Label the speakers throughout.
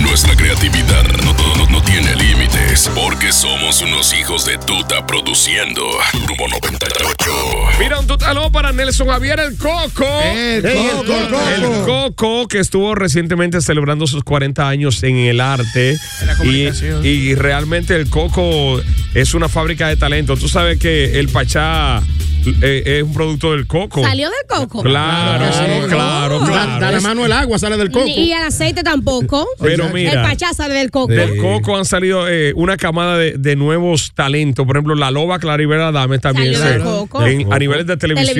Speaker 1: Nuestra creatividad no, no- no- no tiene límites porque somos unos hijos de tuta produciendo Turbo 98.
Speaker 2: Mira, un tutaló para Nelson Javier el Coco.
Speaker 3: Eh, El
Speaker 2: Ey,
Speaker 3: Coco, el Coco.
Speaker 2: El Coco, que estuvo recientemente celebrando sus 40 años en el arte.
Speaker 3: la
Speaker 2: y,
Speaker 3: comunicación.
Speaker 2: y realmente el Coco es una fábrica de talento. Tú sabes que el Pachá eh, es un producto del Coco.
Speaker 4: ¿Salió del coco?
Speaker 2: Claro,
Speaker 3: Claro que sí.
Speaker 2: claro,
Speaker 4: No.
Speaker 2: claro.
Speaker 3: Da la mano el agua, sale del coco.
Speaker 4: Ni- Y el aceite tampoco.
Speaker 2: Pero mira.
Speaker 4: El pachá sale del coco.
Speaker 2: Del Coco han salido eh, una camada de, de nuevos talentos. Por ejemplo, la loba Claribel Dames también.
Speaker 4: Salió del
Speaker 2: se-
Speaker 4: Coco.
Speaker 2: en- a niveles de televisión,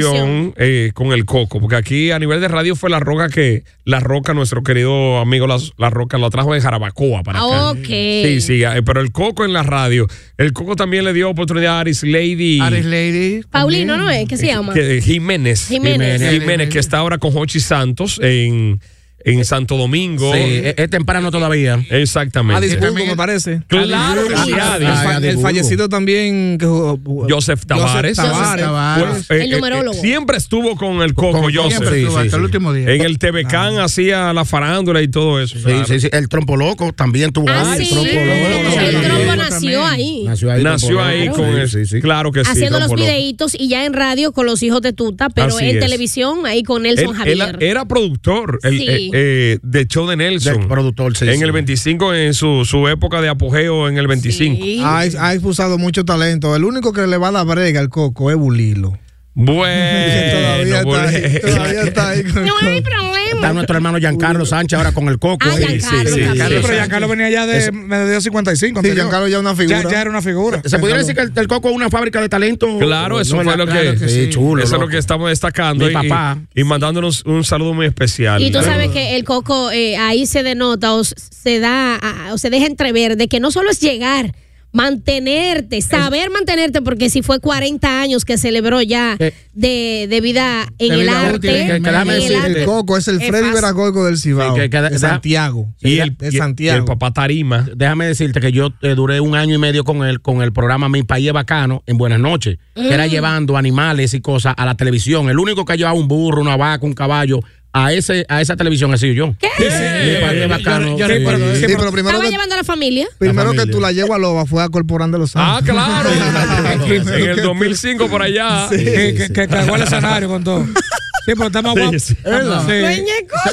Speaker 4: Televisión.
Speaker 2: eh, con el Coco. Porque aquí a nivel de radio fue La Roca que La Roca, nuestro querido amigo La, La Roca, lo trajo de Jarabacoa para acá.
Speaker 4: Ah, ok.
Speaker 2: Sí, sí. eh, Pero el Coco en la radio. El Coco también le dio oportunidad a Aris Lady.
Speaker 3: Ares Lady.
Speaker 4: Paulino,
Speaker 3: también.
Speaker 4: ¿no es? ¿Qué se llama?
Speaker 2: que- eh, Jiménez.
Speaker 4: Jiménez.
Speaker 2: Jiménez, que está ahora con Jochi Santos en, en Santo Domingo.
Speaker 5: Sí, es, es temprano todavía.
Speaker 2: Exactamente. Eh,
Speaker 3: También
Speaker 5: me
Speaker 3: es-
Speaker 5: parece.
Speaker 2: Claro que sí,
Speaker 5: Ah,
Speaker 2: Adi.
Speaker 5: el fa- el
Speaker 3: Adiburgo.
Speaker 5: fallecido también que jugó-
Speaker 2: Joseph Tavares.
Speaker 5: Tavares.
Speaker 6: Pues,
Speaker 3: Tavares.
Speaker 2: Fue-
Speaker 4: El numerólogo.
Speaker 2: siempre estuvo con el Coco
Speaker 5: Con-
Speaker 2: Joseph.
Speaker 3: Siempre
Speaker 5: Sí,
Speaker 3: estuvo
Speaker 5: sí,
Speaker 3: hasta el
Speaker 5: sí.
Speaker 3: último día.
Speaker 2: En el TVCAN hacía la farándula y todo eso.
Speaker 5: Sí,
Speaker 2: claro.
Speaker 5: sí, sí. El trompo loco también tuvo
Speaker 4: Ah,
Speaker 5: ahí,
Speaker 4: sí.
Speaker 2: Loco
Speaker 4: El
Speaker 2: también.
Speaker 4: trompo
Speaker 3: También.
Speaker 4: nació ahí.
Speaker 5: Nació ahí.
Speaker 2: Nació
Speaker 5: Trompo
Speaker 2: ahí
Speaker 5: Loco.
Speaker 2: con
Speaker 5: Sí,
Speaker 2: el-
Speaker 5: sí, sí.
Speaker 2: Claro que sí.
Speaker 4: haciendo los
Speaker 2: Trompo Loco.
Speaker 4: videitos y ya en radio con los hijos de Tuta, pero
Speaker 2: Así
Speaker 4: en
Speaker 2: es.
Speaker 4: televisión ahí con Nelson
Speaker 2: Él- él
Speaker 4: Javier.
Speaker 2: era productor el,
Speaker 4: Sí.
Speaker 2: eh, eh, de show de Nelson.
Speaker 5: Del productor, sí,
Speaker 2: En
Speaker 5: sí.
Speaker 2: el 25, en su, su época de apogeo en el 25.
Speaker 4: Sí.
Speaker 6: Ha, ha expulsado mucho talento. El único que le va a dar brega al coco es Bulilo.
Speaker 2: Bueno,
Speaker 6: todavía, está ahí,
Speaker 2: bueno.
Speaker 6: todavía está ahí con el
Speaker 4: No eh. hay
Speaker 6: Coco.
Speaker 5: Está
Speaker 4: problema.
Speaker 5: nuestro hermano Giancarlo Sánchez ahora con el coco. eh.
Speaker 4: Ah, Giancarlo
Speaker 5: Sí, sí, sí.
Speaker 4: también.
Speaker 2: Giancarlo,
Speaker 7: Pero Giancarlo venía ya de medio 55.
Speaker 6: Sí,
Speaker 7: anterior.
Speaker 6: Giancarlo ya es una figura.
Speaker 7: Ya, ya era una figura.
Speaker 5: ¿Se pudiera decir que el, el coco es una fábrica de talento?
Speaker 2: Claro, eso
Speaker 5: No,
Speaker 2: fue lo
Speaker 5: claro
Speaker 2: que,
Speaker 5: sí, chulo,
Speaker 2: eso es lo
Speaker 5: loco.
Speaker 2: que estamos destacando.
Speaker 5: Mi
Speaker 2: y,
Speaker 5: papá.
Speaker 2: y mandándonos un saludo muy especial.
Speaker 4: Y tú
Speaker 2: Claro.
Speaker 4: sabes que el coco eh, ahí se denota o s- se da a- o se deja entrever de que no solo es llegar, mantenerte, saber mantenerte, porque si fue 40 años que celebró ya
Speaker 5: Eh.
Speaker 4: de, de vida en
Speaker 3: De
Speaker 4: el
Speaker 3: vida útil,
Speaker 4: arte,
Speaker 3: que- que
Speaker 4: en
Speaker 5: déjame
Speaker 4: el
Speaker 5: decirte.
Speaker 4: arte.
Speaker 6: El coco es el
Speaker 4: Es
Speaker 6: Freddy
Speaker 4: fácil.
Speaker 6: Veragoico del Cibao.
Speaker 5: Sí, que- que-
Speaker 6: de Santiago.
Speaker 2: Y el,
Speaker 6: de
Speaker 2: y-
Speaker 6: Santiago.
Speaker 2: y el papá Tarima.
Speaker 5: Déjame decirte que yo eh, duré un año y medio con el, con el programa Mi País es Bacano en Buenas noches, que era llevando animales y cosas a la televisión. El único que ha llevado un burro, una vaca, un caballo a ese a esa televisión ha sido yo. ¿Qué? Mi País es Bacano.
Speaker 3: yo recuerdo
Speaker 5: sí.
Speaker 3: eso.
Speaker 6: Sí, pero primero,
Speaker 4: Estaba
Speaker 6: que,
Speaker 4: llevando a la familia.
Speaker 6: primero
Speaker 5: familia.
Speaker 6: que tú la llevas a Loba fue a Corporán de los
Speaker 2: Ah,
Speaker 6: Santos.
Speaker 2: claro. en el
Speaker 6: que-
Speaker 2: 2005 por allá.
Speaker 7: Que, que, que cagó el escenario con todo. Sí, pero estamos
Speaker 2: Sí,
Speaker 7: guapos.
Speaker 2: sí.
Speaker 7: Sí.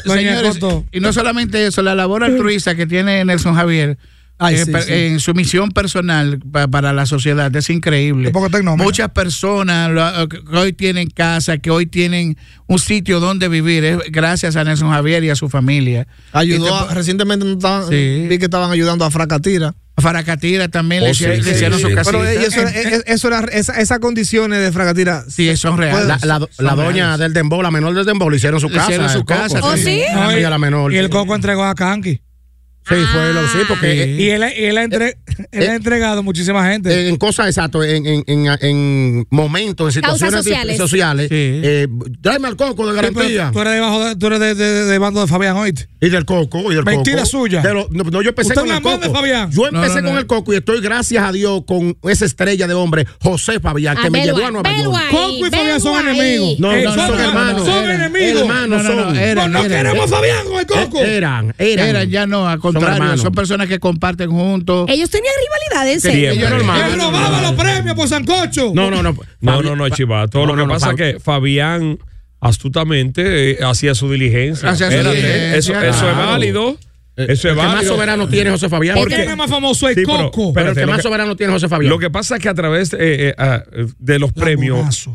Speaker 7: Lo
Speaker 3: Señores,
Speaker 7: ñecotó.
Speaker 3: y no solamente eso, la labor altruista que tiene Nelson Javier
Speaker 6: Ay,
Speaker 3: eh,
Speaker 6: sí,
Speaker 3: per-
Speaker 6: sí.
Speaker 3: en su misión personal pa- para la sociedad es increíble.
Speaker 6: Qué poco tecnómeno.
Speaker 3: Muchas personas lo- eh, que hoy tienen casa, que hoy tienen un sitio donde vivir, es gracias a Nelson Javier y a su familia.
Speaker 6: Ayudó,
Speaker 3: Y
Speaker 6: a- recientemente no estaban-
Speaker 3: Sí.
Speaker 6: vi que estaban ayudando a Fracatira.
Speaker 3: te- Faracatira también le
Speaker 2: Oh,
Speaker 3: hicieron,
Speaker 2: sí,
Speaker 3: le
Speaker 2: sí,
Speaker 3: hicieron
Speaker 2: sí.
Speaker 3: su casita.
Speaker 6: Pero eh, eso, eh, eso era, esa- esas condiciones de Fracatira.
Speaker 3: Sí, son reales.
Speaker 5: La, la, do- la
Speaker 3: Son
Speaker 5: doña
Speaker 3: reales.
Speaker 5: del Dembow, la menor del Dembow, le hicieron su
Speaker 3: Le
Speaker 5: casa.
Speaker 3: hicieron su
Speaker 5: el Coco.
Speaker 3: casa,
Speaker 4: ¿Oh, sí?
Speaker 5: La mía, la menor.
Speaker 7: Y el coco entregó a Kanki.
Speaker 4: Ah,
Speaker 5: Sí, eh, fue lo sí, porque.
Speaker 7: Y él, y él entre- Él ha entregado muchísima gente.
Speaker 5: En, en cosas, exacto, en, en, en, en momentos, en
Speaker 7: Causas
Speaker 5: situaciones di-
Speaker 7: sociales.
Speaker 5: sociales, eh, tráeme al coco de
Speaker 7: Sí, pero
Speaker 5: garantía.
Speaker 7: tú eres, debajo de, tú eres de, de- de bando de Fabián hoy.
Speaker 5: Y del coco, y del
Speaker 7: Mentira
Speaker 5: coco.
Speaker 7: suya.
Speaker 5: De lo- no, no, yo empecé
Speaker 7: Usted
Speaker 5: con
Speaker 7: es
Speaker 5: el
Speaker 7: un amante,
Speaker 5: coco.
Speaker 7: Fabián.
Speaker 5: Yo
Speaker 7: No,
Speaker 5: empecé
Speaker 7: no, no.
Speaker 5: con el coco y estoy, gracias a Dios, con esa estrella de hombre, José Fabián, que
Speaker 7: Ah,
Speaker 5: me
Speaker 7: velo
Speaker 5: llevó a
Speaker 7: ahí,
Speaker 5: Nueva
Speaker 7: velo
Speaker 5: York.
Speaker 7: ahí, Coco y Fabián velo son ahí. enemigos.
Speaker 5: No,
Speaker 7: Eh,
Speaker 5: no,
Speaker 7: son
Speaker 5: son hermanos.
Speaker 7: hermanos, son
Speaker 5: eran,
Speaker 7: enemigos.
Speaker 5: Hermanos
Speaker 7: No, no, no,
Speaker 5: son.
Speaker 7: eran, No, no eran. queremos a Fabián con el coco.
Speaker 5: Eh, Eran, eran.
Speaker 3: Eran, ya no, al contrario, son,
Speaker 5: hermanos.
Speaker 3: personas que comparten juntos.
Speaker 4: Ellos tenían rivalidades.
Speaker 3: Sí,
Speaker 4: ¿eh?
Speaker 3: ellos normal.
Speaker 7: Él robaba los premios por Sancocho.
Speaker 5: No, no, no.
Speaker 2: No, no, no, Chiva. Todo
Speaker 5: No,
Speaker 2: lo que
Speaker 5: no, no,
Speaker 2: pasa
Speaker 5: Fab-
Speaker 2: es que Fabián astutamente eh, hacía su diligencia.
Speaker 5: Hacía su
Speaker 2: Espérate,
Speaker 5: diligencia,
Speaker 2: Eso, eso es
Speaker 5: claro. Eh,
Speaker 2: válido. Eso es
Speaker 5: el que más
Speaker 2: válido.
Speaker 5: soberano tiene José Fabián.
Speaker 2: Porque-
Speaker 5: El que más
Speaker 7: famoso es
Speaker 2: Sí, pero-
Speaker 5: Coco. Pero el
Speaker 2: espérate,
Speaker 5: que
Speaker 2: lo
Speaker 5: más soberano tiene José Fabián.
Speaker 2: Lo que pasa es que a través eh, eh, ah, de los premios,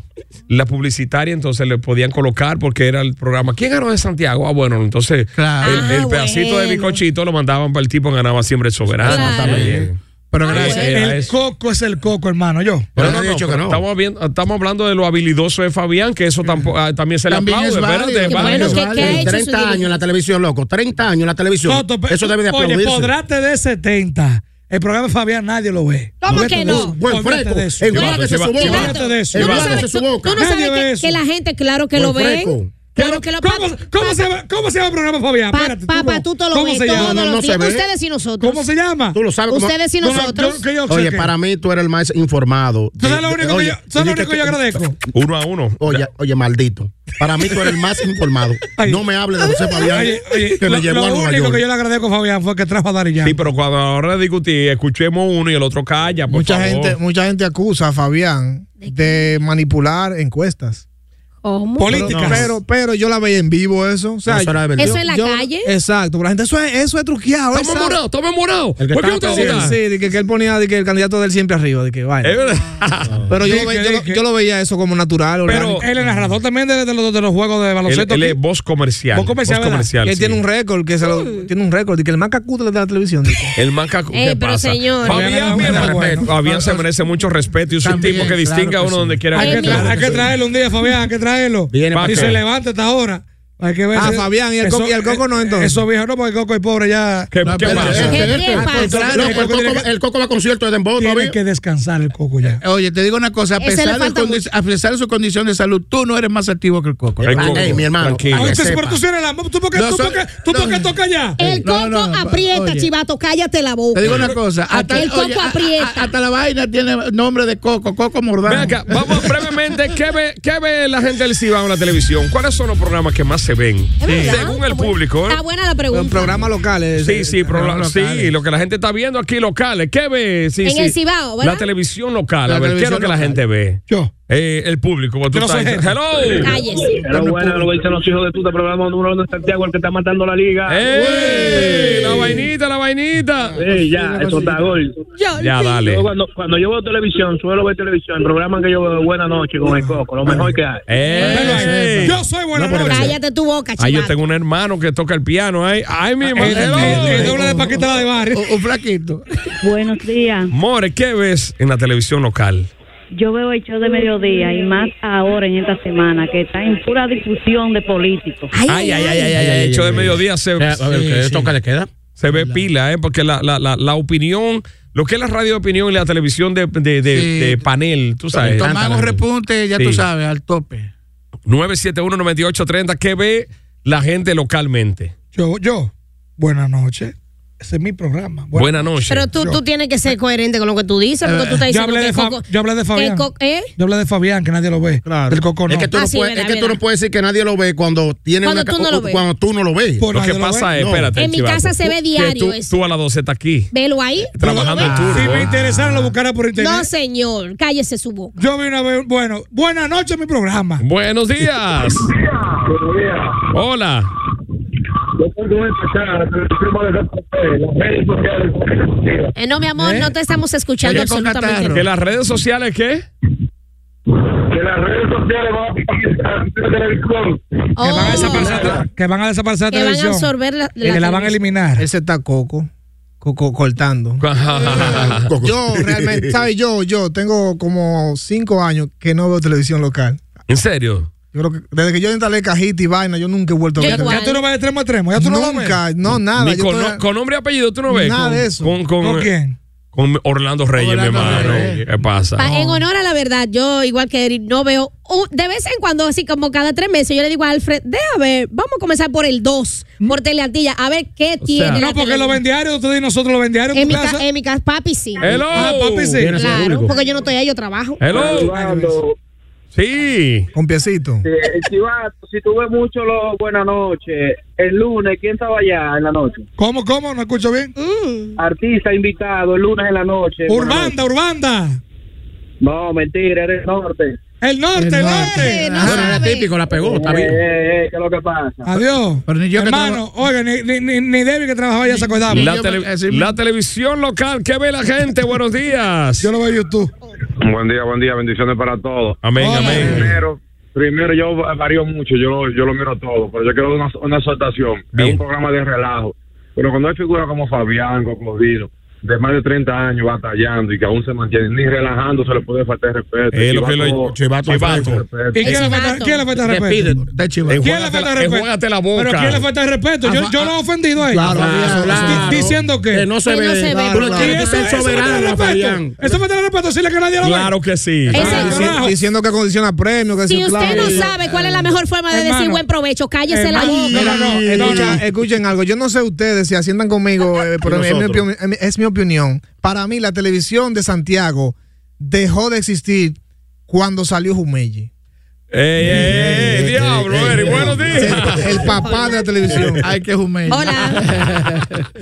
Speaker 2: la publicitaria entonces le podían colocar porque era el programa. ¿Quién ganó de Santiago? Ah, bueno, entonces el,
Speaker 3: Ah,
Speaker 2: el pedacito de
Speaker 3: bueno.
Speaker 2: bizcochito lo mandaban para el tipo que ganaba siempre el soberano. Eh,
Speaker 7: Claro.
Speaker 2: También.
Speaker 3: Pero
Speaker 2: gracias.
Speaker 7: El coco es el coco, hermano. Yo.
Speaker 2: No, no, no, pero Estamos, viendo- estamos hablando de lo habilidoso de Fabián, que eso tampoco, ah, también se le
Speaker 5: También
Speaker 2: aplaude.
Speaker 5: es válido.
Speaker 2: espérate,
Speaker 5: Que
Speaker 2: válido.
Speaker 5: bueno, que- que ha hecho su 30 años en la televisión, loco. 30 años en la televisión.
Speaker 7: Toto, pe-
Speaker 5: Eso debe de
Speaker 7: oye,
Speaker 5: aplaudirse.
Speaker 7: Podrate de 70. El programa de Fabián nadie lo ve.
Speaker 4: ¿Cómo
Speaker 7: Olvídate
Speaker 4: que
Speaker 7: de
Speaker 4: no?
Speaker 7: eso.
Speaker 5: Buen
Speaker 7: Olvídate
Speaker 5: fresco.
Speaker 7: de eso.
Speaker 5: El guarda que se
Speaker 7: Olvídate
Speaker 5: sobó.
Speaker 7: de eso.
Speaker 5: El
Speaker 4: Tú no
Speaker 5: guarda que
Speaker 4: sabes,
Speaker 5: se
Speaker 4: tú,
Speaker 5: sobó.
Speaker 4: tú no
Speaker 7: Nadie ve
Speaker 4: sabes
Speaker 7: eso.
Speaker 4: que, que la gente, claro que
Speaker 5: Buen
Speaker 4: lo ve.
Speaker 5: fresco.
Speaker 4: Claro que lo
Speaker 7: ¿Cómo, cómo se, llama- ¿Cómo se llama el programa, Fabián?
Speaker 4: Pa-
Speaker 7: Espérate, tú
Speaker 4: papá,
Speaker 7: no.
Speaker 4: tú te lo
Speaker 7: ¿Cómo
Speaker 4: ves
Speaker 7: se llama?
Speaker 4: todos
Speaker 5: No, no,
Speaker 4: los
Speaker 5: no
Speaker 4: días.
Speaker 5: se ve.
Speaker 4: Ustedes y nosotros.
Speaker 7: ¿Cómo se llama?
Speaker 5: Tú lo sabes. cómo-
Speaker 4: Ustedes y
Speaker 7: No, no,
Speaker 4: nosotros.
Speaker 7: yo- que yo
Speaker 5: Oye,
Speaker 7: cheque.
Speaker 5: para mí tú eres el más informado.
Speaker 7: ¿Tú sabes lo único que yo- sabes lo
Speaker 5: dijiste
Speaker 7: único que yo agradezco?
Speaker 2: Uno a uno.
Speaker 5: Oye, oye, maldito. Para mí tú eres el más informado. No me hables de José Fabián
Speaker 7: Oye, oye,
Speaker 5: que
Speaker 7: lo,
Speaker 5: me llevó
Speaker 7: lo
Speaker 5: a Nueva
Speaker 7: único
Speaker 5: York.
Speaker 7: que yo le agradezco a Fabián fue que trajo a Dari
Speaker 2: Sí, pero cuando a la hora de discutir, escuchemos uno y el otro calla. Por
Speaker 6: Mucha
Speaker 2: favor.
Speaker 6: gente, mucha gente acusa a Fabián de manipular encuestas.
Speaker 4: ¿Cómo?
Speaker 6: Pero, pero, pero yo la veía en vivo eso. O sea,
Speaker 5: Eso era de verdad.
Speaker 4: Eso en la
Speaker 6: yo-
Speaker 4: calle.
Speaker 6: Exacto, pero la gente, eso es, eso es truqueado.
Speaker 2: Estamos morados, estamos morados.
Speaker 5: El que
Speaker 2: Oh, ¿Por
Speaker 7: Pues,
Speaker 2: qué
Speaker 5: estaba
Speaker 2: usted
Speaker 6: Sí,
Speaker 5: perdiendo.
Speaker 2: vota?
Speaker 6: sí, de que, que él ponía de que el candidato de él siempre arriba, de que vaya.
Speaker 2: Es verdad.
Speaker 6: Pero yo,
Speaker 7: Di
Speaker 6: lo
Speaker 7: que-
Speaker 6: ve- yo
Speaker 7: di
Speaker 6: lo-
Speaker 7: que-
Speaker 6: yo lo veía eso como natural, orgánico.
Speaker 7: Él es narrador también de, de los, de los juegos de
Speaker 2: Él,
Speaker 7: baloncesto.
Speaker 2: él es
Speaker 7: aquí.
Speaker 2: voz comercial.
Speaker 7: Voz comercial, ¿verdad?
Speaker 6: Que
Speaker 2: sí.
Speaker 6: tiene un récord, que se lo, tiene un récord, de que el más cacuto de la televisión. de que-
Speaker 2: El manca. ¿Qué
Speaker 4: Ey, Eh, pero
Speaker 2: pasa?
Speaker 4: señor.
Speaker 2: Fabián, mi hermano,
Speaker 7: Bueno.
Speaker 2: Fabián se merece mucho respeto y es un
Speaker 3: También,
Speaker 2: tipo que distingue
Speaker 3: claro
Speaker 2: a
Speaker 3: que
Speaker 2: uno
Speaker 3: sí.
Speaker 2: donde quiera
Speaker 7: Hay, que
Speaker 2: que
Speaker 7: tra- hay que
Speaker 2: esté.
Speaker 7: traerlo un día, Fabián, hay que traerlo.
Speaker 5: Viene
Speaker 2: pa'
Speaker 7: y
Speaker 2: acá.
Speaker 7: se levanta hasta ahora. Hay que ver.
Speaker 6: Ah,
Speaker 7: si-
Speaker 6: Fabián, ¿y el
Speaker 7: eso- eh,
Speaker 6: Coco- y el Coco no, entonces?
Speaker 7: Eso viejo no, porque el Coco es pobre ya.
Speaker 2: ¿Qué,
Speaker 3: No,
Speaker 2: qué
Speaker 3: pero-
Speaker 2: pasa?
Speaker 3: eh,
Speaker 4: ¿Qué, qué
Speaker 3: Al
Speaker 4: pasa?
Speaker 3: contrario,
Speaker 5: Loco, el,
Speaker 3: porque
Speaker 5: coco, va- el Coco va a concierto de Dembow
Speaker 7: Tiene
Speaker 5: todavía.
Speaker 7: que descansar el Coco
Speaker 6: Eh,
Speaker 7: ya.
Speaker 3: Oye, te digo una cosa, a
Speaker 4: Ese le
Speaker 3: pesar, de
Speaker 4: falta
Speaker 3: condi-
Speaker 4: mucho.
Speaker 3: a pesar de su condición de salud, tú no eres más activo que el coco.
Speaker 2: El
Speaker 5: Ah,
Speaker 2: Coco,
Speaker 5: ey, mi hermano.
Speaker 2: tranquilo.
Speaker 5: para que
Speaker 7: Entonces,
Speaker 5: sepa.
Speaker 7: pero tú sí eres la mo- ¿Tú por qué
Speaker 3: No,
Speaker 7: tú por
Speaker 3: soy-
Speaker 7: qué- tú por qué
Speaker 3: no.
Speaker 7: tocas ya?
Speaker 4: El
Speaker 3: No,
Speaker 4: coco
Speaker 3: no,
Speaker 4: aprieta,
Speaker 3: oye.
Speaker 4: chivato. Cállate la boca.
Speaker 3: Te digo una cosa, hasta,
Speaker 4: El coco
Speaker 3: oye, a- a-
Speaker 4: aprieta.
Speaker 3: hasta la vaina tiene nombre de coco, coco mordado.
Speaker 2: Ven acá, vamos brevemente. ¿qué ve, ¿Qué ve la gente del Cibao en la televisión? ¿Cuáles son los programas que más se ven?
Speaker 4: ¿Es verdad?
Speaker 2: Según el
Speaker 4: Está bu-
Speaker 2: público. ¿eh?
Speaker 4: Está buena la
Speaker 6: Los
Speaker 4: pregunta.
Speaker 6: programas locales. eh,
Speaker 2: Sí, sí, pro-
Speaker 6: programas
Speaker 2: sí,
Speaker 6: locales.
Speaker 2: lo que la gente está viendo aquí locales. ¿Qué ve? Sí,
Speaker 4: En
Speaker 2: sí.
Speaker 4: el Cibao, ¿verdad?
Speaker 2: La televisión local.
Speaker 3: La
Speaker 2: a ver, ¿qué es lo
Speaker 3: televisión
Speaker 2: que la
Speaker 3: local.
Speaker 2: gente ve?
Speaker 7: Yo.
Speaker 2: Eh, el público. tú
Speaker 7: Yo no
Speaker 2: estás
Speaker 7: soy
Speaker 2: diciendo, ¡Hello!
Speaker 4: Cállese.
Speaker 8: Pero bueno, lo dicen los hijos de tuta, programa número uno de Santiago, el que está matando la liga.
Speaker 2: ¡Ey! Eh, La vainita, la vainita.
Speaker 8: Sí, ya, eso está gol.
Speaker 4: Yo,
Speaker 2: Ya,
Speaker 4: sí.
Speaker 2: dale.
Speaker 8: Yo Cuando, cuando yo veo televisión, suelo ver televisión, el programa que yo veo es Buena Noche con el Coco, lo mejor que hay.
Speaker 2: ¡Ey!
Speaker 7: Yo soy buena
Speaker 2: No, pero-
Speaker 7: noche.
Speaker 4: Cállate tu boca, chivato.
Speaker 2: Ay, yo tengo un hermano que toca el piano. Ay, ay
Speaker 3: Ah,
Speaker 2: mi hermano.
Speaker 7: El- el-
Speaker 2: Hello.
Speaker 7: el doble de Paquita la de barrio.
Speaker 3: Un flaquito.
Speaker 9: Buenos días.
Speaker 2: More, ¿qué ves en la televisión local?
Speaker 9: Yo veo el show de mediodía y más ahora en esta semana que está en pura difusión de políticos.
Speaker 2: Ay, ay, ay, ay, ay, ay. Hecho de mediodía se,
Speaker 5: Eh, A ver,
Speaker 2: se-
Speaker 5: ¿qué toca le queda?
Speaker 2: se ve pila, ¿eh? Porque la, la, la, la opinión, lo que es la radio de opinión y la televisión de, de, de-
Speaker 3: Sí.
Speaker 2: de panel, tú sabes.
Speaker 3: Tomamos repunte, ya
Speaker 2: Sí.
Speaker 3: tú sabes, al tope.
Speaker 2: 971-9830, ¿qué ve la gente localmente?
Speaker 7: Yo, yo. Buenas noches. Ese es mi programa. Buenas
Speaker 2: Buenas noches.
Speaker 4: Pero tú, tú tienes que ser coherente con lo que tú dices, porque tú estás
Speaker 7: Yo
Speaker 4: diciendo
Speaker 7: hablé,
Speaker 4: que
Speaker 7: de
Speaker 4: el
Speaker 7: Fa-
Speaker 4: coco-
Speaker 7: yo hablé de Fabián.
Speaker 4: el co- ¿eh?
Speaker 7: Yo hablé de Fabián, que nadie lo ve.
Speaker 6: Claro.
Speaker 7: Del Coco no.
Speaker 5: Es que tú
Speaker 4: Ah,
Speaker 5: no
Speaker 4: sí,
Speaker 5: puedes, es
Speaker 4: verdad,
Speaker 5: que tú no
Speaker 4: verdad.
Speaker 5: puedes decir que nadie lo ve cuando tiene
Speaker 4: Cuando
Speaker 5: una
Speaker 4: tú no lo
Speaker 5: o-
Speaker 4: ves.
Speaker 5: cuando tú no lo ves.
Speaker 7: Por
Speaker 2: lo
Speaker 7: nadie
Speaker 2: que
Speaker 7: lo
Speaker 2: pasa
Speaker 7: ve.
Speaker 2: es,
Speaker 5: No.
Speaker 2: espérate.
Speaker 4: En mi
Speaker 2: Chivato,
Speaker 4: casa se ve
Speaker 2: que
Speaker 4: diario
Speaker 2: tú,
Speaker 4: eso.
Speaker 2: tú a las 12 estás aquí,
Speaker 4: Velo ahí.
Speaker 2: trabajando en
Speaker 6: ¿eh?
Speaker 7: Si
Speaker 2: turno.
Speaker 7: me interesara, lo buscara por internet.
Speaker 4: No, señor. Cállese su boca.
Speaker 7: Yo vi una vez. Bueno, buenas noches, mi programa.
Speaker 2: Buenos días. Hola.
Speaker 4: Eh, no, mi amor, no te estamos escuchando
Speaker 3: Oye, con
Speaker 4: absolutamente.
Speaker 3: catarro.
Speaker 2: ¿Que
Speaker 4: nada.
Speaker 2: las redes sociales qué?
Speaker 8: Que las redes sociales van a televisión.
Speaker 7: Que van a
Speaker 4: Oh,
Speaker 7: desaparecer, que van a desaparecer la
Speaker 4: que van a
Speaker 7: televisión. Eh,
Speaker 4: absorber la,
Speaker 7: que la van a eliminar.
Speaker 6: Ese está coco, coco cortando.
Speaker 5: Coco.
Speaker 6: Yo realmente, ¿sabes? Yo, yo tengo como cinco años que no veo televisión local.
Speaker 2: ¿En serio?
Speaker 6: Yo creo que desde que yo instalé cajita y vaina, yo nunca he vuelto a
Speaker 4: Yo
Speaker 6: ver.
Speaker 4: igual.
Speaker 7: Ya tú no vas de extremo a extremo. Ya tú no lo ves.
Speaker 6: nunca, no, nada.
Speaker 2: Ni
Speaker 6: yo
Speaker 2: con,
Speaker 6: estoy-
Speaker 2: no- con nombre y apellido tú no ves.
Speaker 6: Nada
Speaker 2: con,
Speaker 6: de eso.
Speaker 2: Con, con-
Speaker 7: ¿Con eh, quién?
Speaker 2: con Orlando Reyes, mi hermano. ¿Qué pasa?
Speaker 4: Pa- En honor a la verdad, yo igual que Eric, no veo u- de vez en cuando, así como cada tres meses, yo le digo a Alfred, déjame ver, vamos a comenzar por el 2, por Teleantilla, a ver qué tiene. la
Speaker 7: ¿Mm? no, porque
Speaker 4: tele-
Speaker 7: lo vendiaron, ustedes y nosotros lo vendiaron en
Speaker 4: en mi,
Speaker 7: tu
Speaker 4: ca-
Speaker 7: casa. Eh,
Speaker 4: en mi casa, papi sí.
Speaker 2: Hello. Ah, papi, sí. Viene a ser
Speaker 4: Claro,
Speaker 2: público.
Speaker 4: porque yo no estoy ahí, yo trabajo.
Speaker 2: Hello. Sí.
Speaker 10: Con piecito.
Speaker 11: Sí, el chivato, si tuve mucho los buenas noches, el lunes, ¿quién estaba allá en la noche?
Speaker 7: ¿Cómo, cómo? ¿No escucho bien?
Speaker 4: Mm,
Speaker 11: Artista invitado, el lunes en la noche.
Speaker 7: Urbanda, Urbanda.
Speaker 11: No, mentira, era el norte.
Speaker 7: El norte, el
Speaker 4: eh,
Speaker 7: norte.
Speaker 5: bueno, era típico, la pegó, está bien.
Speaker 11: Eh, eh, ¿Qué es lo que pasa?
Speaker 7: Adiós.
Speaker 11: que
Speaker 7: Hermano, oiga, ni, ni, ni, ni Debbie que trabajaba ya se acordaba.
Speaker 2: La, tele- la televisión local, ¿qué ve la gente? Buenos días. Yo
Speaker 7: lo veo en YouTube.
Speaker 12: Buen día, buen día, bendiciones para todos.
Speaker 2: Amén, amén.
Speaker 12: Primero, primero yo varío mucho, yo lo, yo lo miro todo, pero yo quiero dar una, una exhortación. Es un programa de relajo. Pero cuando hay figuras como Fabián, como Claudino, de más de 30 años batallando y que aún se mantienen, ni relajando se le puede faltar respeto.
Speaker 2: Eh, lo que
Speaker 12: Chivato-
Speaker 2: lo- Chivato,
Speaker 12: falta
Speaker 2: Chivato.
Speaker 12: respeto.
Speaker 7: ¿Y quién le falta, quién le falta
Speaker 5: eh,
Speaker 7: respeto? ¿Quién le falta respeto?
Speaker 2: Enjuágate la boca.
Speaker 7: Pero ¿quién le falta respeto? Yo, yo lo he ofendido a él.
Speaker 2: Claro, claro, Ah, claro.
Speaker 7: Di- Diciendo que.
Speaker 5: Eh,
Speaker 2: Que no se Que no ve. se ve. Tú Ah, le
Speaker 7: Claro.
Speaker 2: quieres
Speaker 7: Y eso-
Speaker 2: ser
Speaker 7: eso me
Speaker 2: soberano,
Speaker 7: trae respeto.
Speaker 2: Fabián.
Speaker 7: Eso me trae respeto decirle que nadie lo ve.
Speaker 2: Claro que sí.
Speaker 7: Ese-
Speaker 10: Ah, dici-
Speaker 7: Carajo.
Speaker 10: diciendo que condiciona premios. Que
Speaker 4: Si
Speaker 10: sí,
Speaker 4: usted
Speaker 10: claro.
Speaker 4: no sabe cuál es la mejor forma de decir
Speaker 10: Hermano.
Speaker 4: buen provecho, cállese la
Speaker 10: Hermano,
Speaker 4: boca.
Speaker 10: mira, no, escucha- escuchen algo. Yo no sé ustedes si asientan conmigo, eh, pero es mi,
Speaker 13: nosotros.
Speaker 10: opinión- es mi- es mi opinión. Para mí, la televisión de Santiago dejó de existir cuando salió Jumelli.
Speaker 2: Ey, ey, ey, diablo, Eri, buenos días.
Speaker 10: El papá de la televisión. Ay, que Jumelli.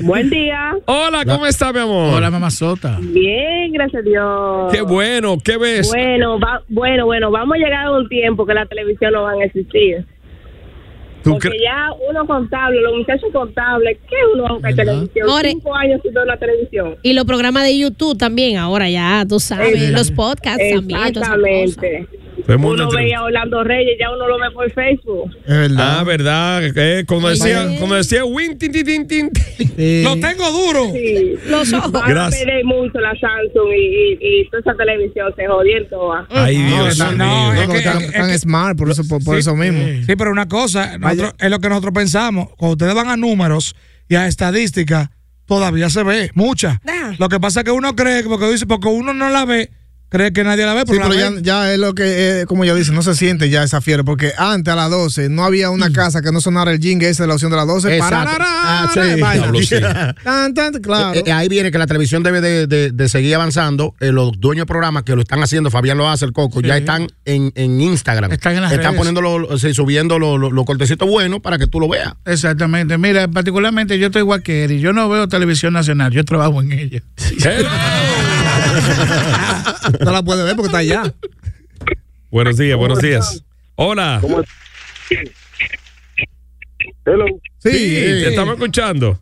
Speaker 2: Buen día. Hola, ¿cómo está, mi amor?
Speaker 14: Hola, mamazota.
Speaker 3: Bien, gracias a Dios.
Speaker 2: Qué bueno, ¿qué ves?
Speaker 3: Bueno, va- bueno, bueno, vamos a llegar a un tiempo que la televisión no van a existir.
Speaker 2: ¿Tú
Speaker 3: Porque
Speaker 2: cre-
Speaker 3: ya uno contable, los muchachos contables, ¿qué uno va a buscar televisión?
Speaker 4: More.
Speaker 3: Cinco años sin ver la televisión.
Speaker 4: Y los programas de YouTube también, ahora ya, tú sabes.
Speaker 3: Eh,
Speaker 4: los podcasts también. todas esas
Speaker 3: Exactamente.
Speaker 2: Todo el mundo
Speaker 3: Uno
Speaker 2: entre-
Speaker 3: veía a Orlando Reyes, ya uno lo ve por Facebook.
Speaker 2: Ah, verdad. eh, como decía, como decía Win, tin, tin, tin, tin. Lo
Speaker 7: eh,
Speaker 2: tengo duro.
Speaker 3: Sí.
Speaker 2: Los ojos.
Speaker 3: Van a
Speaker 2: Gracias.
Speaker 3: perder mucho la Samsung y, y, y toda esa televisión se jodieron todas.
Speaker 2: Ay, Dios
Speaker 7: no,
Speaker 2: mío.
Speaker 7: no, es que- eh,
Speaker 10: Tan,
Speaker 7: es
Speaker 10: tan smart, por eso, por, por
Speaker 7: Sí.
Speaker 10: eso mismo.
Speaker 7: Sí, pero una cosa, nosotros- es lo que nosotros pensamos. Cuando ustedes van a números y a estadísticas, todavía se ve mucha. Lo que pasa es que uno cree, que porque dice, porque uno no la ve, cree que nadie la ve,
Speaker 10: Sí,
Speaker 7: pero,
Speaker 10: pero
Speaker 7: la
Speaker 10: ya,
Speaker 7: ve.
Speaker 10: ya es lo que, eh, como ella dice, no se siente ya esa fiebre, porque antes a las 12 no había
Speaker 7: Mm.
Speaker 10: una casa que no sonara el jingle ese de la opción de las 12.
Speaker 5: Exacto.
Speaker 10: Pararara,
Speaker 5: Ah, sí.
Speaker 10: vaina.
Speaker 5: Diablo, sí.
Speaker 10: Tan, tan, claro.
Speaker 5: Eh, eh, ahí viene que la televisión debe de, de- de seguir avanzando. Eh, los dueños de programas que lo están haciendo, Fabián lo hace, el Coco, ya están en, en Instagram. Están
Speaker 14: en las redes.
Speaker 5: poniendo los- sí, subiendo los los- los cortecitos buenos para que tú lo veas.
Speaker 14: Exactamente. Mira, particularmente yo estoy igual que Eri. Yo no veo televisión nacional, yo trabajo en ella.
Speaker 10: no la puede ver porque está allá.
Speaker 2: Buenos días, buenos días. Hola.
Speaker 12: Hello.
Speaker 2: Sí, te estamos escuchando.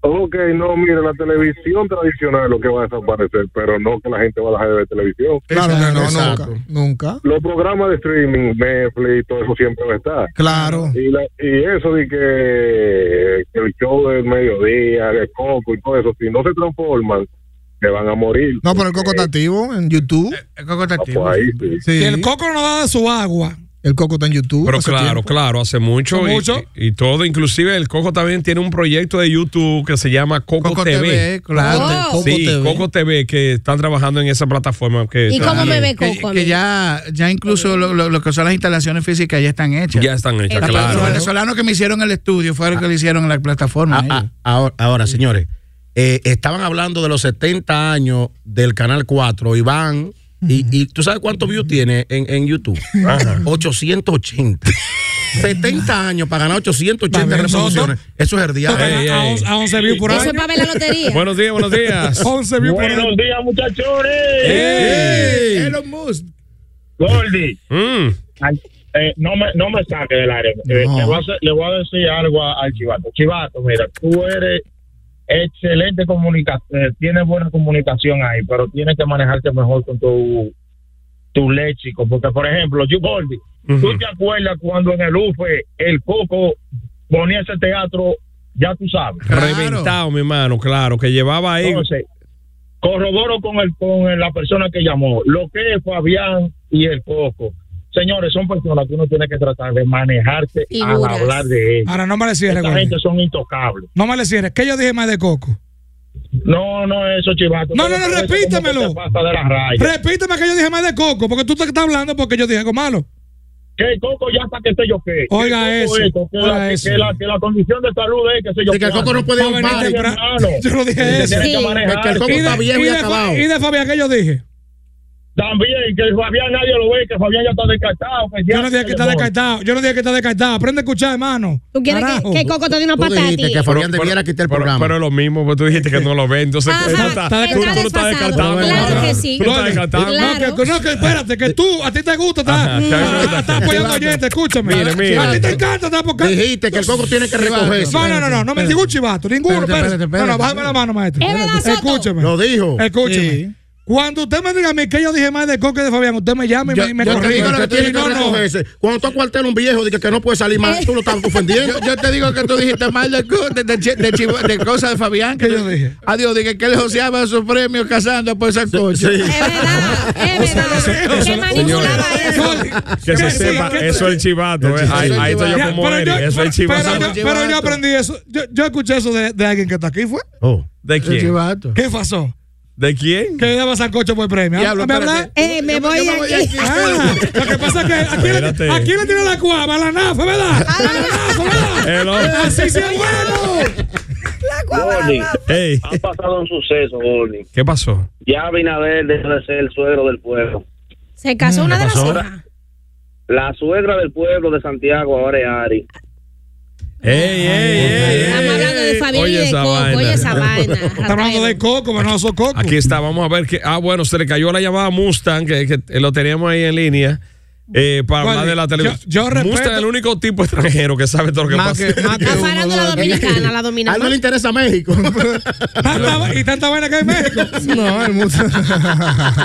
Speaker 12: Ok, no, mire, la televisión tradicional es lo que va a desaparecer, pero no que la gente va a dejar de ver televisión.
Speaker 10: Claro que no, nunca. Nunca.
Speaker 12: Los programas de streaming, Netflix, todo eso siempre va a estar.
Speaker 10: Claro.
Speaker 12: Y, la- y eso de que, que el show del mediodía, el coco y todo eso, si no se transforman, se van a morir.
Speaker 10: No, pero el coco está activo en YouTube.
Speaker 14: El coco está
Speaker 12: activo. Por ahí, sí.
Speaker 10: Sí.
Speaker 7: Y el coco no da su agua.
Speaker 10: El coco está en YouTube.
Speaker 2: Pero
Speaker 10: hace
Speaker 2: claro,
Speaker 10: tiempo.
Speaker 2: claro, hace mucho.
Speaker 10: Hace
Speaker 2: y-
Speaker 10: mucho.
Speaker 2: Y, y todo, inclusive el Coco también tiene un proyecto de YouTube que se llama Coco,
Speaker 14: Coco
Speaker 2: TV.
Speaker 14: TV, claro, Oh. Coco
Speaker 2: Sí,
Speaker 14: TV.
Speaker 2: Coco TV, que están trabajando en esa plataforma. Que
Speaker 14: Que- Que, ya, Ah, ya incluso lo, lo- lo que son las instalaciones físicas ya están hechas.
Speaker 2: Ya están hechas,
Speaker 14: Los-
Speaker 2: claro.
Speaker 14: Los venezolanos que me hicieron el estudio fueron los que le hicieron en la
Speaker 11: Ah,
Speaker 14: plataforma. ellos.
Speaker 5: Ah, Ahora, ahora, señores, eh, estaban hablando de los 70 años del Canal 4, Iván. Y, y tú sabes cuántos views tiene en, en YouTube? 880. 70 años para ganar 880
Speaker 2: Dame
Speaker 5: reproducciones. Eso es el diablo.
Speaker 2: Tocan a- Ey, a ey. 11 a 11 views por Eso año. es para ver la lotería. Buenos días, buenos días. 11 views por año.
Speaker 11: Buenos días, muchachones.
Speaker 2: Ey.
Speaker 11: Elon Musk. Gordy.
Speaker 2: mm,
Speaker 11: Ay, eh, no, me, no me saque del área. Eh,
Speaker 15: No.
Speaker 11: le, voy a, hacer- le voy a decir algo a- al Chivato. Chivato, mira, tú eres excelente comunicación, tienes buena comunicación ahí, pero tienes que manejarte mejor con tu, tu léxico. Porque, por ejemplo, yo, Gordy, ¿tú te acuerdas cuando en el UFE el Coco ponía ese teatro? Ya tú sabes.
Speaker 2: Reventado, mi hermano, claro, que llevaba ahí.
Speaker 11: Entonces, corroboro con el con la persona que llamó. Lo que es Fabián y el Coco. Señores, son personas que uno tiene que tratar de manejarse
Speaker 7: Figuras. Ah,
Speaker 11: al hablar de ellos.
Speaker 7: Ahora, no me le cierres,
Speaker 11: Esta
Speaker 7: Gordy.
Speaker 11: gente son intocables.
Speaker 7: No me le cierres. ¿Qué yo dije más de coco?
Speaker 8: No, no, eso chivato.
Speaker 7: No, no, no,
Speaker 8: Pero eso como que
Speaker 7: repítemelo.
Speaker 8: te pasa de la raya.
Speaker 7: Repíteme que yo dije más de Coco, porque tú te estás hablando porque yo dije algo malo.
Speaker 8: Que Coco ya está que sé yo qué.
Speaker 7: Oiga
Speaker 8: Que
Speaker 7: eso,
Speaker 8: Coco esto, que,
Speaker 7: oiga
Speaker 8: la, que-
Speaker 7: eso.
Speaker 8: Que, la, que la condición de salud es que sé yo este
Speaker 7: De que
Speaker 8: cuánto.
Speaker 7: Coco no puede ir a un
Speaker 8: Va a venir
Speaker 7: party.
Speaker 8: temprano.
Speaker 7: Yo no dije eso.
Speaker 8: Tiene que
Speaker 7: Sí,
Speaker 8: manejar.
Speaker 7: porque el Coco Y está de- viejo y y de- acabado. y de Fabián, ¿qué yo dije?
Speaker 8: También, que Fabián nadie lo ve, que Fabián ya está descartado. que ya
Speaker 7: Yo no dije que está
Speaker 8: se le fue.
Speaker 7: descartado. Yo no dije que está descartado. Aprende a escuchar, hermano.
Speaker 4: ¿Tú quieres que- que Coco te dé una Tú patada a dijiste ti? que Fabián
Speaker 2: debiera quitar el programa. Pero es lo mismo, porque tú dijiste que no lo ve. Entonces,
Speaker 7: Ajá,
Speaker 2: tú
Speaker 7: está
Speaker 2: estás- tú- tú
Speaker 7: desfasado.
Speaker 2: lo estás descartando.
Speaker 7: Claro
Speaker 2: Ajá.
Speaker 7: que sí.
Speaker 2: Tú lo estás descartando.
Speaker 7: No, que, no, que espérate, que tú, a ti te gusta,
Speaker 2: Ajá,
Speaker 7: estás
Speaker 2: que a mí me gusta.
Speaker 7: estás apoyando oyente, escúchame.
Speaker 2: Mire, mire.
Speaker 7: A ti te encanta, estás porque.
Speaker 5: Dijiste que el Coco tiene que recogerse.
Speaker 7: No, no, no, no, no me ningún chivato, ninguno. espérate.
Speaker 5: Espérate, espérate,
Speaker 7: No, no,
Speaker 5: espérate.
Speaker 7: bájame la mano, maestro.
Speaker 5: Es verdad, Soto.
Speaker 7: Escúchame.
Speaker 5: Lo dijo.
Speaker 7: Escúchame.
Speaker 5: Sí.
Speaker 7: Cuando usted me diga a mí que yo dije más de Coco que de Fabián, usted me llama y me, me
Speaker 5: yo te
Speaker 7: corrige.
Speaker 5: digo que tiene
Speaker 7: Y no,
Speaker 5: que
Speaker 7: no.
Speaker 5: recogerse. Cuando tú acuartelas un viejo dices que no puede salir mal, tú lo estás ofendiendo.
Speaker 3: Eh. Yo, yo te digo que tú dijiste mal de, co- de, de, chi- de, chivo- de cosa de Fabián. Que yo dije? Adiós, dije que él joseaba sus premios casando por esa coche.
Speaker 4: Eh,
Speaker 2: Que se sepa, eso es el chivato. eh. Ahí ahí estoy yo
Speaker 7: Ya,
Speaker 2: como
Speaker 7: pero
Speaker 2: Eric,
Speaker 7: yo-
Speaker 2: Eso es el
Speaker 7: pero
Speaker 2: chivato.
Speaker 7: yo- Pero yo aprendí eso. Yo, yo escuché eso de, de alguien que está aquí, ¿fue?
Speaker 5: Oh.
Speaker 2: ¿De quién?
Speaker 7: ¿Qué pasó?
Speaker 2: ¿De quién?
Speaker 7: Que daba sancocho por premio.
Speaker 2: Diablo,
Speaker 7: ¿Me
Speaker 2: espérate.
Speaker 7: hablas?
Speaker 4: Eh, me voy aquí.
Speaker 7: Ah, lo que pasa es que aquí le,
Speaker 2: Espérate.
Speaker 7: aquí le tiene la cuava a la nafa, ¿verdad? A Ah, la nafa, ¿verdad?
Speaker 2: Hello.
Speaker 7: Así sí es bueno.
Speaker 16: Gordy, ha pasado un suceso, Gordy.
Speaker 2: ¿Qué pasó?
Speaker 16: Ya Abinader deja de ser el suegro del pueblo.
Speaker 4: Se casó una de las hijas.
Speaker 16: La suegra del pueblo de Santiago ahora es Ari.
Speaker 2: ¡Ey, ey, ey! Estamos hablando
Speaker 4: de Fabián y de Coco, oye esa vaina.
Speaker 2: Estamos hablando de
Speaker 7: Coco, pero no soy Coco.
Speaker 2: Aquí está, vamos a ver. Que, ah, bueno, se le cayó la llamada a Mustang, que, que lo teníamos ahí en línea. eh, para
Speaker 7: Bueno,
Speaker 2: hablar de la
Speaker 7: yo-
Speaker 2: televisión.
Speaker 7: yo
Speaker 2: Mustang
Speaker 7: respeto-
Speaker 2: es el único tipo extranjero que sabe todo lo que
Speaker 7: Más
Speaker 2: pasa.
Speaker 7: que- más que-
Speaker 4: Farándula dominicana, la
Speaker 5: A él no le
Speaker 4: dominamos.
Speaker 5: interesa México.
Speaker 7: Tanta- y tanta vaina que hay en México. No, eh. el mundo.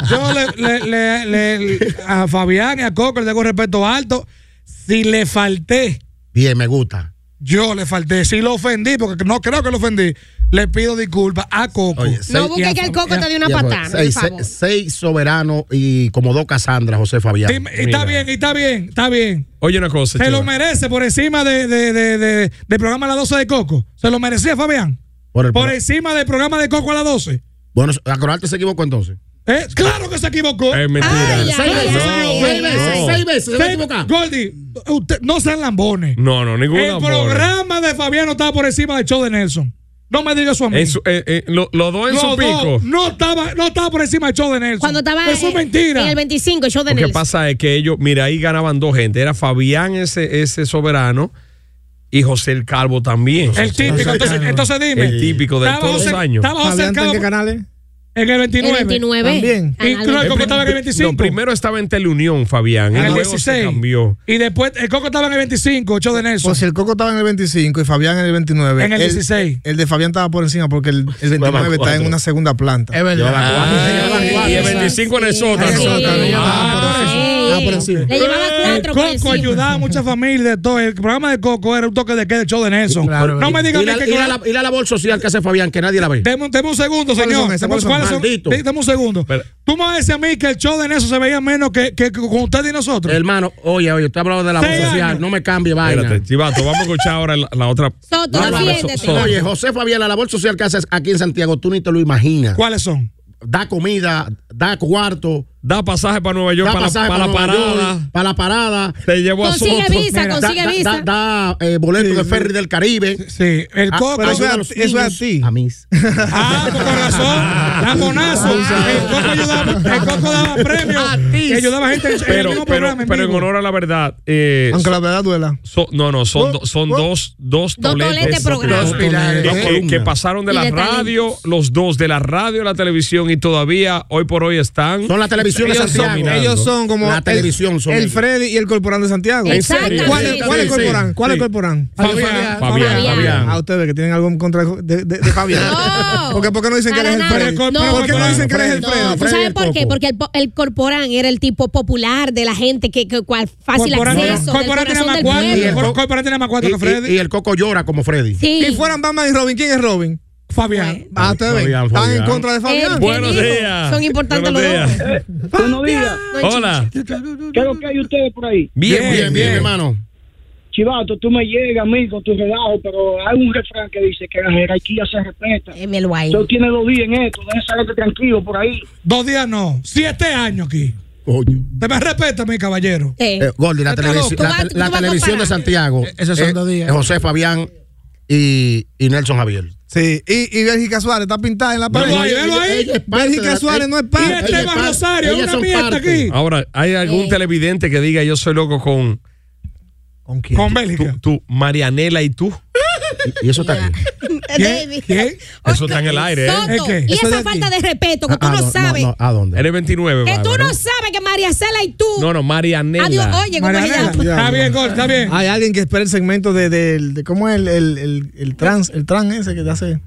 Speaker 7: Yo le, le- le- le- a Fabián y a Coco le tengo respeto alto. Si le falté,
Speaker 5: Bien, me gusta.
Speaker 7: yo le falté. Si lo ofendí, porque no creo que lo ofendí, le pido disculpas a Coco.
Speaker 4: No busque que el Coco te dé una
Speaker 5: Ya, pues,
Speaker 4: patada. por
Speaker 5: Seis,
Speaker 4: favor.
Speaker 5: seis- seis soberanos y como dos Casandras, José Fabián.
Speaker 7: Dime, y está bien, y está bien, está bien.
Speaker 2: Oye, una cosa.
Speaker 7: Se lo
Speaker 2: Chiva.
Speaker 7: merece por encima de, de, de, de- del programa a las 12 de Coco. Se lo merecía, Fabián.
Speaker 5: Por
Speaker 7: Por,
Speaker 5: el pro-
Speaker 7: encima del programa de Coco a las 12.
Speaker 5: Bueno, Acronarte se equivocó entonces.
Speaker 7: ¿Eh? Claro que se equivocó.
Speaker 2: Es mentira.
Speaker 5: Ay, ay, ay, ay, ay.
Speaker 7: Seis- Goldie, usted, no sean lambones.
Speaker 2: No, no, ningún
Speaker 7: El
Speaker 2: amor.
Speaker 7: programa de Fabián no estaba por encima del show de Nelson. No me diga eso a mí.
Speaker 2: En su- eh, eh, lo- Los dos en
Speaker 7: Los
Speaker 2: su
Speaker 7: dos
Speaker 2: pico.
Speaker 7: no, estaba, no estaba por encima del show de Nelson.
Speaker 4: Cuando estaba
Speaker 7: Eso es
Speaker 4: eh,
Speaker 7: mentira.
Speaker 4: en el 25, yo de
Speaker 2: Lo que
Speaker 4: Nelson.
Speaker 2: pasa es que ellos, mira, ahí ganaban dos gente. Era Fabián ese, ese soberano y José el Calvo también.
Speaker 7: El típico. Entonces, entonces dime.
Speaker 2: El típico de
Speaker 7: Estaba
Speaker 2: todos los
Speaker 7: José-
Speaker 2: años.
Speaker 7: Estaba José el Cabo- En el 29.
Speaker 4: El 29.
Speaker 7: También. Y
Speaker 4: Canal
Speaker 7: claro, el
Speaker 2: El
Speaker 7: Coco
Speaker 2: pri-
Speaker 7: estaba en el 25.
Speaker 2: No, primero estaba en Teleunión, Fabián.
Speaker 7: En
Speaker 2: y
Speaker 7: el
Speaker 2: luego se
Speaker 7: 16.
Speaker 2: cambió.
Speaker 7: Y después el Coco estaba en el 25, 8 de Nelson.
Speaker 6: Pues si el Coco estaba en el 25 y Fabián en el 29.
Speaker 7: En el 16.
Speaker 6: El de Fabián estaba por encima porque el, el 29 está en
Speaker 7: cuatro.
Speaker 6: una segunda planta. Es
Speaker 2: Y el 25 en el sótano.
Speaker 6: Sí.
Speaker 2: Ah, por encima.
Speaker 4: Le llevaba cuatro por
Speaker 7: El Coco
Speaker 4: encima.
Speaker 7: ayudaba a muchas familias. de todo. El programa de Coco era un toque de queda del show de Nelson. no me digan
Speaker 5: y la,
Speaker 7: que.
Speaker 5: y la- la- y la labor social que hace Fabián, que nadie la ve.
Speaker 7: Deme, deme un segundo,
Speaker 5: ¿Cuáles
Speaker 7: señor.
Speaker 5: son esas?
Speaker 7: Deme-
Speaker 5: ¿Cuáles son?
Speaker 7: ¿cuáles son?
Speaker 5: Maldito.
Speaker 7: Deme un segundo.
Speaker 5: Pero-
Speaker 7: Tú me vas a decir a mí que el show de Nelson se veía menos que, que con usted y nosotros.
Speaker 5: Hermano, oye, oye, usted hablaba de labor
Speaker 7: Seis
Speaker 5: social,
Speaker 7: años.
Speaker 5: no me cambie vaina.
Speaker 2: Espérate, Chivato, vamos a escuchar ahora la, la otra.
Speaker 4: Soto,
Speaker 2: No, no, no,
Speaker 4: defiéndete.
Speaker 2: so- so-
Speaker 5: Oye, José Fabián, la labor social que haces aquí en Santiago, tú ni te lo imaginas.
Speaker 7: ¿Cuáles son?
Speaker 5: Da comida, da cuarto.
Speaker 2: Da pasaje para Nueva York,
Speaker 5: da
Speaker 2: para,
Speaker 5: pasaje
Speaker 2: para la
Speaker 5: Nueva
Speaker 2: parada.
Speaker 5: York, para la parada.
Speaker 2: Te llevo a
Speaker 4: Consigue
Speaker 2: Soto.
Speaker 4: visa,
Speaker 2: Pues, Mira,
Speaker 4: consigue
Speaker 5: da,
Speaker 4: visa.
Speaker 5: Da, da, eh, boleto de ferry del Caribe.
Speaker 7: Sí, el
Speaker 5: Ah,
Speaker 7: Coco.
Speaker 5: pero eso es a-
Speaker 7: ayuda los
Speaker 5: eso es a
Speaker 7: niños.
Speaker 5: ti. A mí.
Speaker 7: Ah, con razón. Lamonazo. El Coco ayudaba, el Coco daba premios. Y ayudaba a gente Pues, en- en el
Speaker 2: Pero,
Speaker 7: mismo
Speaker 2: pero,
Speaker 7: programa. en
Speaker 2: pero en
Speaker 7: vivo.
Speaker 2: honor a la verdad. eh,
Speaker 6: Aunque la verdad duela.
Speaker 2: so- no, no, son, do- son
Speaker 6: oh.
Speaker 2: dos, dos
Speaker 4: Dos
Speaker 2: toletes. Eh,
Speaker 4: toletes programas. Dos
Speaker 6: pilares.
Speaker 2: Que-
Speaker 6: Dos
Speaker 2: que-
Speaker 6: columnas.
Speaker 2: que pasaron de
Speaker 4: Y
Speaker 2: la
Speaker 4: de
Speaker 2: radio, los dos, de la radio a la televisión y todavía hoy por hoy están.
Speaker 5: Son la televisión de
Speaker 6: Ellos son,
Speaker 5: Santiago.
Speaker 6: ellos son como
Speaker 5: La
Speaker 6: el-
Speaker 5: televisión son
Speaker 6: el
Speaker 5: ellos.
Speaker 6: Freddy y el Corporán de Santiago.
Speaker 4: ¿En serio?
Speaker 6: ¿Cuál es, cuál es el
Speaker 5: Sí, sí.
Speaker 6: Corporán? ¿Cuál es el Corporán?
Speaker 2: Fabián, Fabián,
Speaker 4: Fabián.
Speaker 2: Fabián.
Speaker 6: A ustedes que tienen algo en contra de, de- de Fabián.
Speaker 4: No.
Speaker 6: ¿Por, qué, por qué no dicen que
Speaker 4: Para
Speaker 6: eres el
Speaker 4: nada.
Speaker 6: Freddy?
Speaker 4: No.
Speaker 6: ¿Por qué no dicen que eres el
Speaker 4: No,
Speaker 6: Freddy?
Speaker 4: Oh. ¿tú sabes por qué? Porque el, po- el corporán era el tipo popular de la gente que, que cual- fácil
Speaker 7: Corporán-
Speaker 4: acceso. del
Speaker 7: Corporán tenía
Speaker 4: corazón
Speaker 7: más
Speaker 4: del
Speaker 7: cuatro.
Speaker 4: pueblo.
Speaker 7: Cor- Corporán tenía más cuatro
Speaker 5: Y,
Speaker 7: que Freddy.
Speaker 5: y- y el Coco llora como Freddy.
Speaker 4: Sí.
Speaker 6: Si fueran Batman y Robin, ¿quién es Robin?
Speaker 7: Fabián.
Speaker 6: Ah, ustedes ven.
Speaker 5: Fabián,
Speaker 6: ¿Están en
Speaker 5: Fabián.
Speaker 6: contra de Fabián?
Speaker 4: Eh,
Speaker 2: Buenos
Speaker 4: ¿quién dijo?
Speaker 2: días.
Speaker 4: Son importantes
Speaker 2: Buenos
Speaker 4: los dos.
Speaker 2: días.
Speaker 16: Buenos días.
Speaker 4: No hay
Speaker 2: Hola.
Speaker 16: ¿Qué es lo que hay ustedes por ahí?
Speaker 2: Bien, bien, bien,
Speaker 5: bien.
Speaker 2: hermano.
Speaker 17: Chivato, tú me llegas a mí con tu relajo, pero hay un refrán que dice que la jerarquía se respeta. Tú tienes dos días en esto, déjame salirte tranquilo por ahí.
Speaker 7: Dos días no, siete años aquí. Te me respeta, mi caballero.
Speaker 5: Eh, Gordy, la,
Speaker 7: Está
Speaker 5: televisi-
Speaker 7: loco.
Speaker 5: la-
Speaker 7: Tú vas-
Speaker 5: la
Speaker 7: tú vas
Speaker 5: televisión de
Speaker 7: comparando.
Speaker 5: Santiago.
Speaker 6: E-
Speaker 7: Eh, esos son
Speaker 5: eh,
Speaker 7: dos días.
Speaker 5: José Fabián y, y Nelson Javier.
Speaker 6: Sí, y, y Bélgica Suárez está pintada en la pared.
Speaker 5: Velo ahí, velo ahí.
Speaker 6: Ella- ella- Bélgica
Speaker 5: eh,
Speaker 6: Suárez no es parte.
Speaker 7: Ellas son parte.
Speaker 2: Ahora, ¿hay algún
Speaker 7: Sí.
Speaker 2: televidente que diga yo soy loco con.
Speaker 6: ¿Con
Speaker 2: quién? Con Bélgica. Tú, tú, Marianela y tú.
Speaker 5: Y eso está aquí.
Speaker 4: eh,
Speaker 2: Eso está en el aire, ¿eh?
Speaker 4: Soto, y esa falta de respeto que tú
Speaker 2: Ah,
Speaker 4: no, sabes.
Speaker 2: ¿A dónde? Eres 29,
Speaker 4: que tú
Speaker 2: Bárbara,
Speaker 4: no sabes que María Cela y tú.
Speaker 2: No, no, Marianela.
Speaker 4: Adiós, oye, ¿cómo se llama?
Speaker 6: Está
Speaker 7: bien, Gol, está bien.
Speaker 6: Hay alguien que espera el segmento de, del- de cómo es el, el, el, el trans, el trans ese que te hace.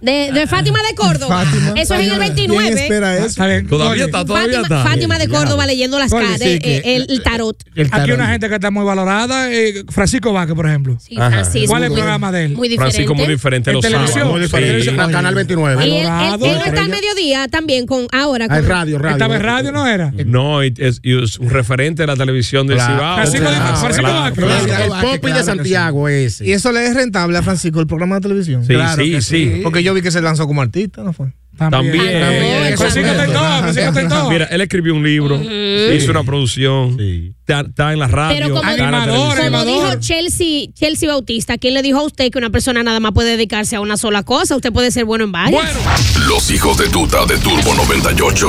Speaker 4: De, de Fátima de Córdoba.
Speaker 6: Fátima.
Speaker 4: Eso es en el 29.
Speaker 6: ¿Quién espera eso?
Speaker 2: Todavía está, todavía
Speaker 4: Fátima,
Speaker 2: está.
Speaker 4: Fátima de Córdoba leyendo las
Speaker 7: Oye,
Speaker 4: cartas,
Speaker 7: sí, que-
Speaker 4: eh, el, el tarot.
Speaker 7: Aquí una gente que está muy valorada, eh, Francisco Vázquez, por ejemplo.
Speaker 2: Ajá. Francisco,
Speaker 7: ¿Cuál es el
Speaker 2: muy-
Speaker 7: programa de él?
Speaker 4: muy
Speaker 2: Francisco muy diferente
Speaker 7: En
Speaker 2: los sábados.
Speaker 7: televisión.
Speaker 2: Muy
Speaker 7: Sí.
Speaker 2: diferente.
Speaker 5: Canal 29.
Speaker 4: Y él, él-
Speaker 2: Valorado,
Speaker 4: él no está
Speaker 2: estrella.
Speaker 4: al mediodía también con ahora. Con,
Speaker 7: Estaba en radio, ¿no era?
Speaker 2: No, y es, y es un referente de la televisión del
Speaker 5: Claro.
Speaker 2: Cibao.
Speaker 5: Francisco de-
Speaker 2: Claro,
Speaker 5: Francisco
Speaker 2: claro,
Speaker 5: Vázquez.
Speaker 2: claro.
Speaker 5: El Popi de Santiago ese.
Speaker 6: Y eso le es rentable a Francisco el programa de televisión.
Speaker 2: Sí, sí,
Speaker 6: que
Speaker 2: sí.
Speaker 6: Porque yo vi que se lanzó como artista, ¿no fue?
Speaker 2: También.
Speaker 6: También.
Speaker 2: Francisco
Speaker 6: También.
Speaker 2: Tentoa, Francisco
Speaker 6: Ajá.
Speaker 2: Tentoa. Mira, él escribió un libro, hizo una producción, está, está en la radio,
Speaker 4: Pero como,
Speaker 2: está en la
Speaker 4: como
Speaker 2: televisión.
Speaker 4: dijo Chelsea, Chelsea Bautista, ¿quién le dijo a usted que una persona nada más puede dedicarse a una sola cosa? Usted puede ser bueno en varias.
Speaker 1: Los hijos de tuta de Turbo 98.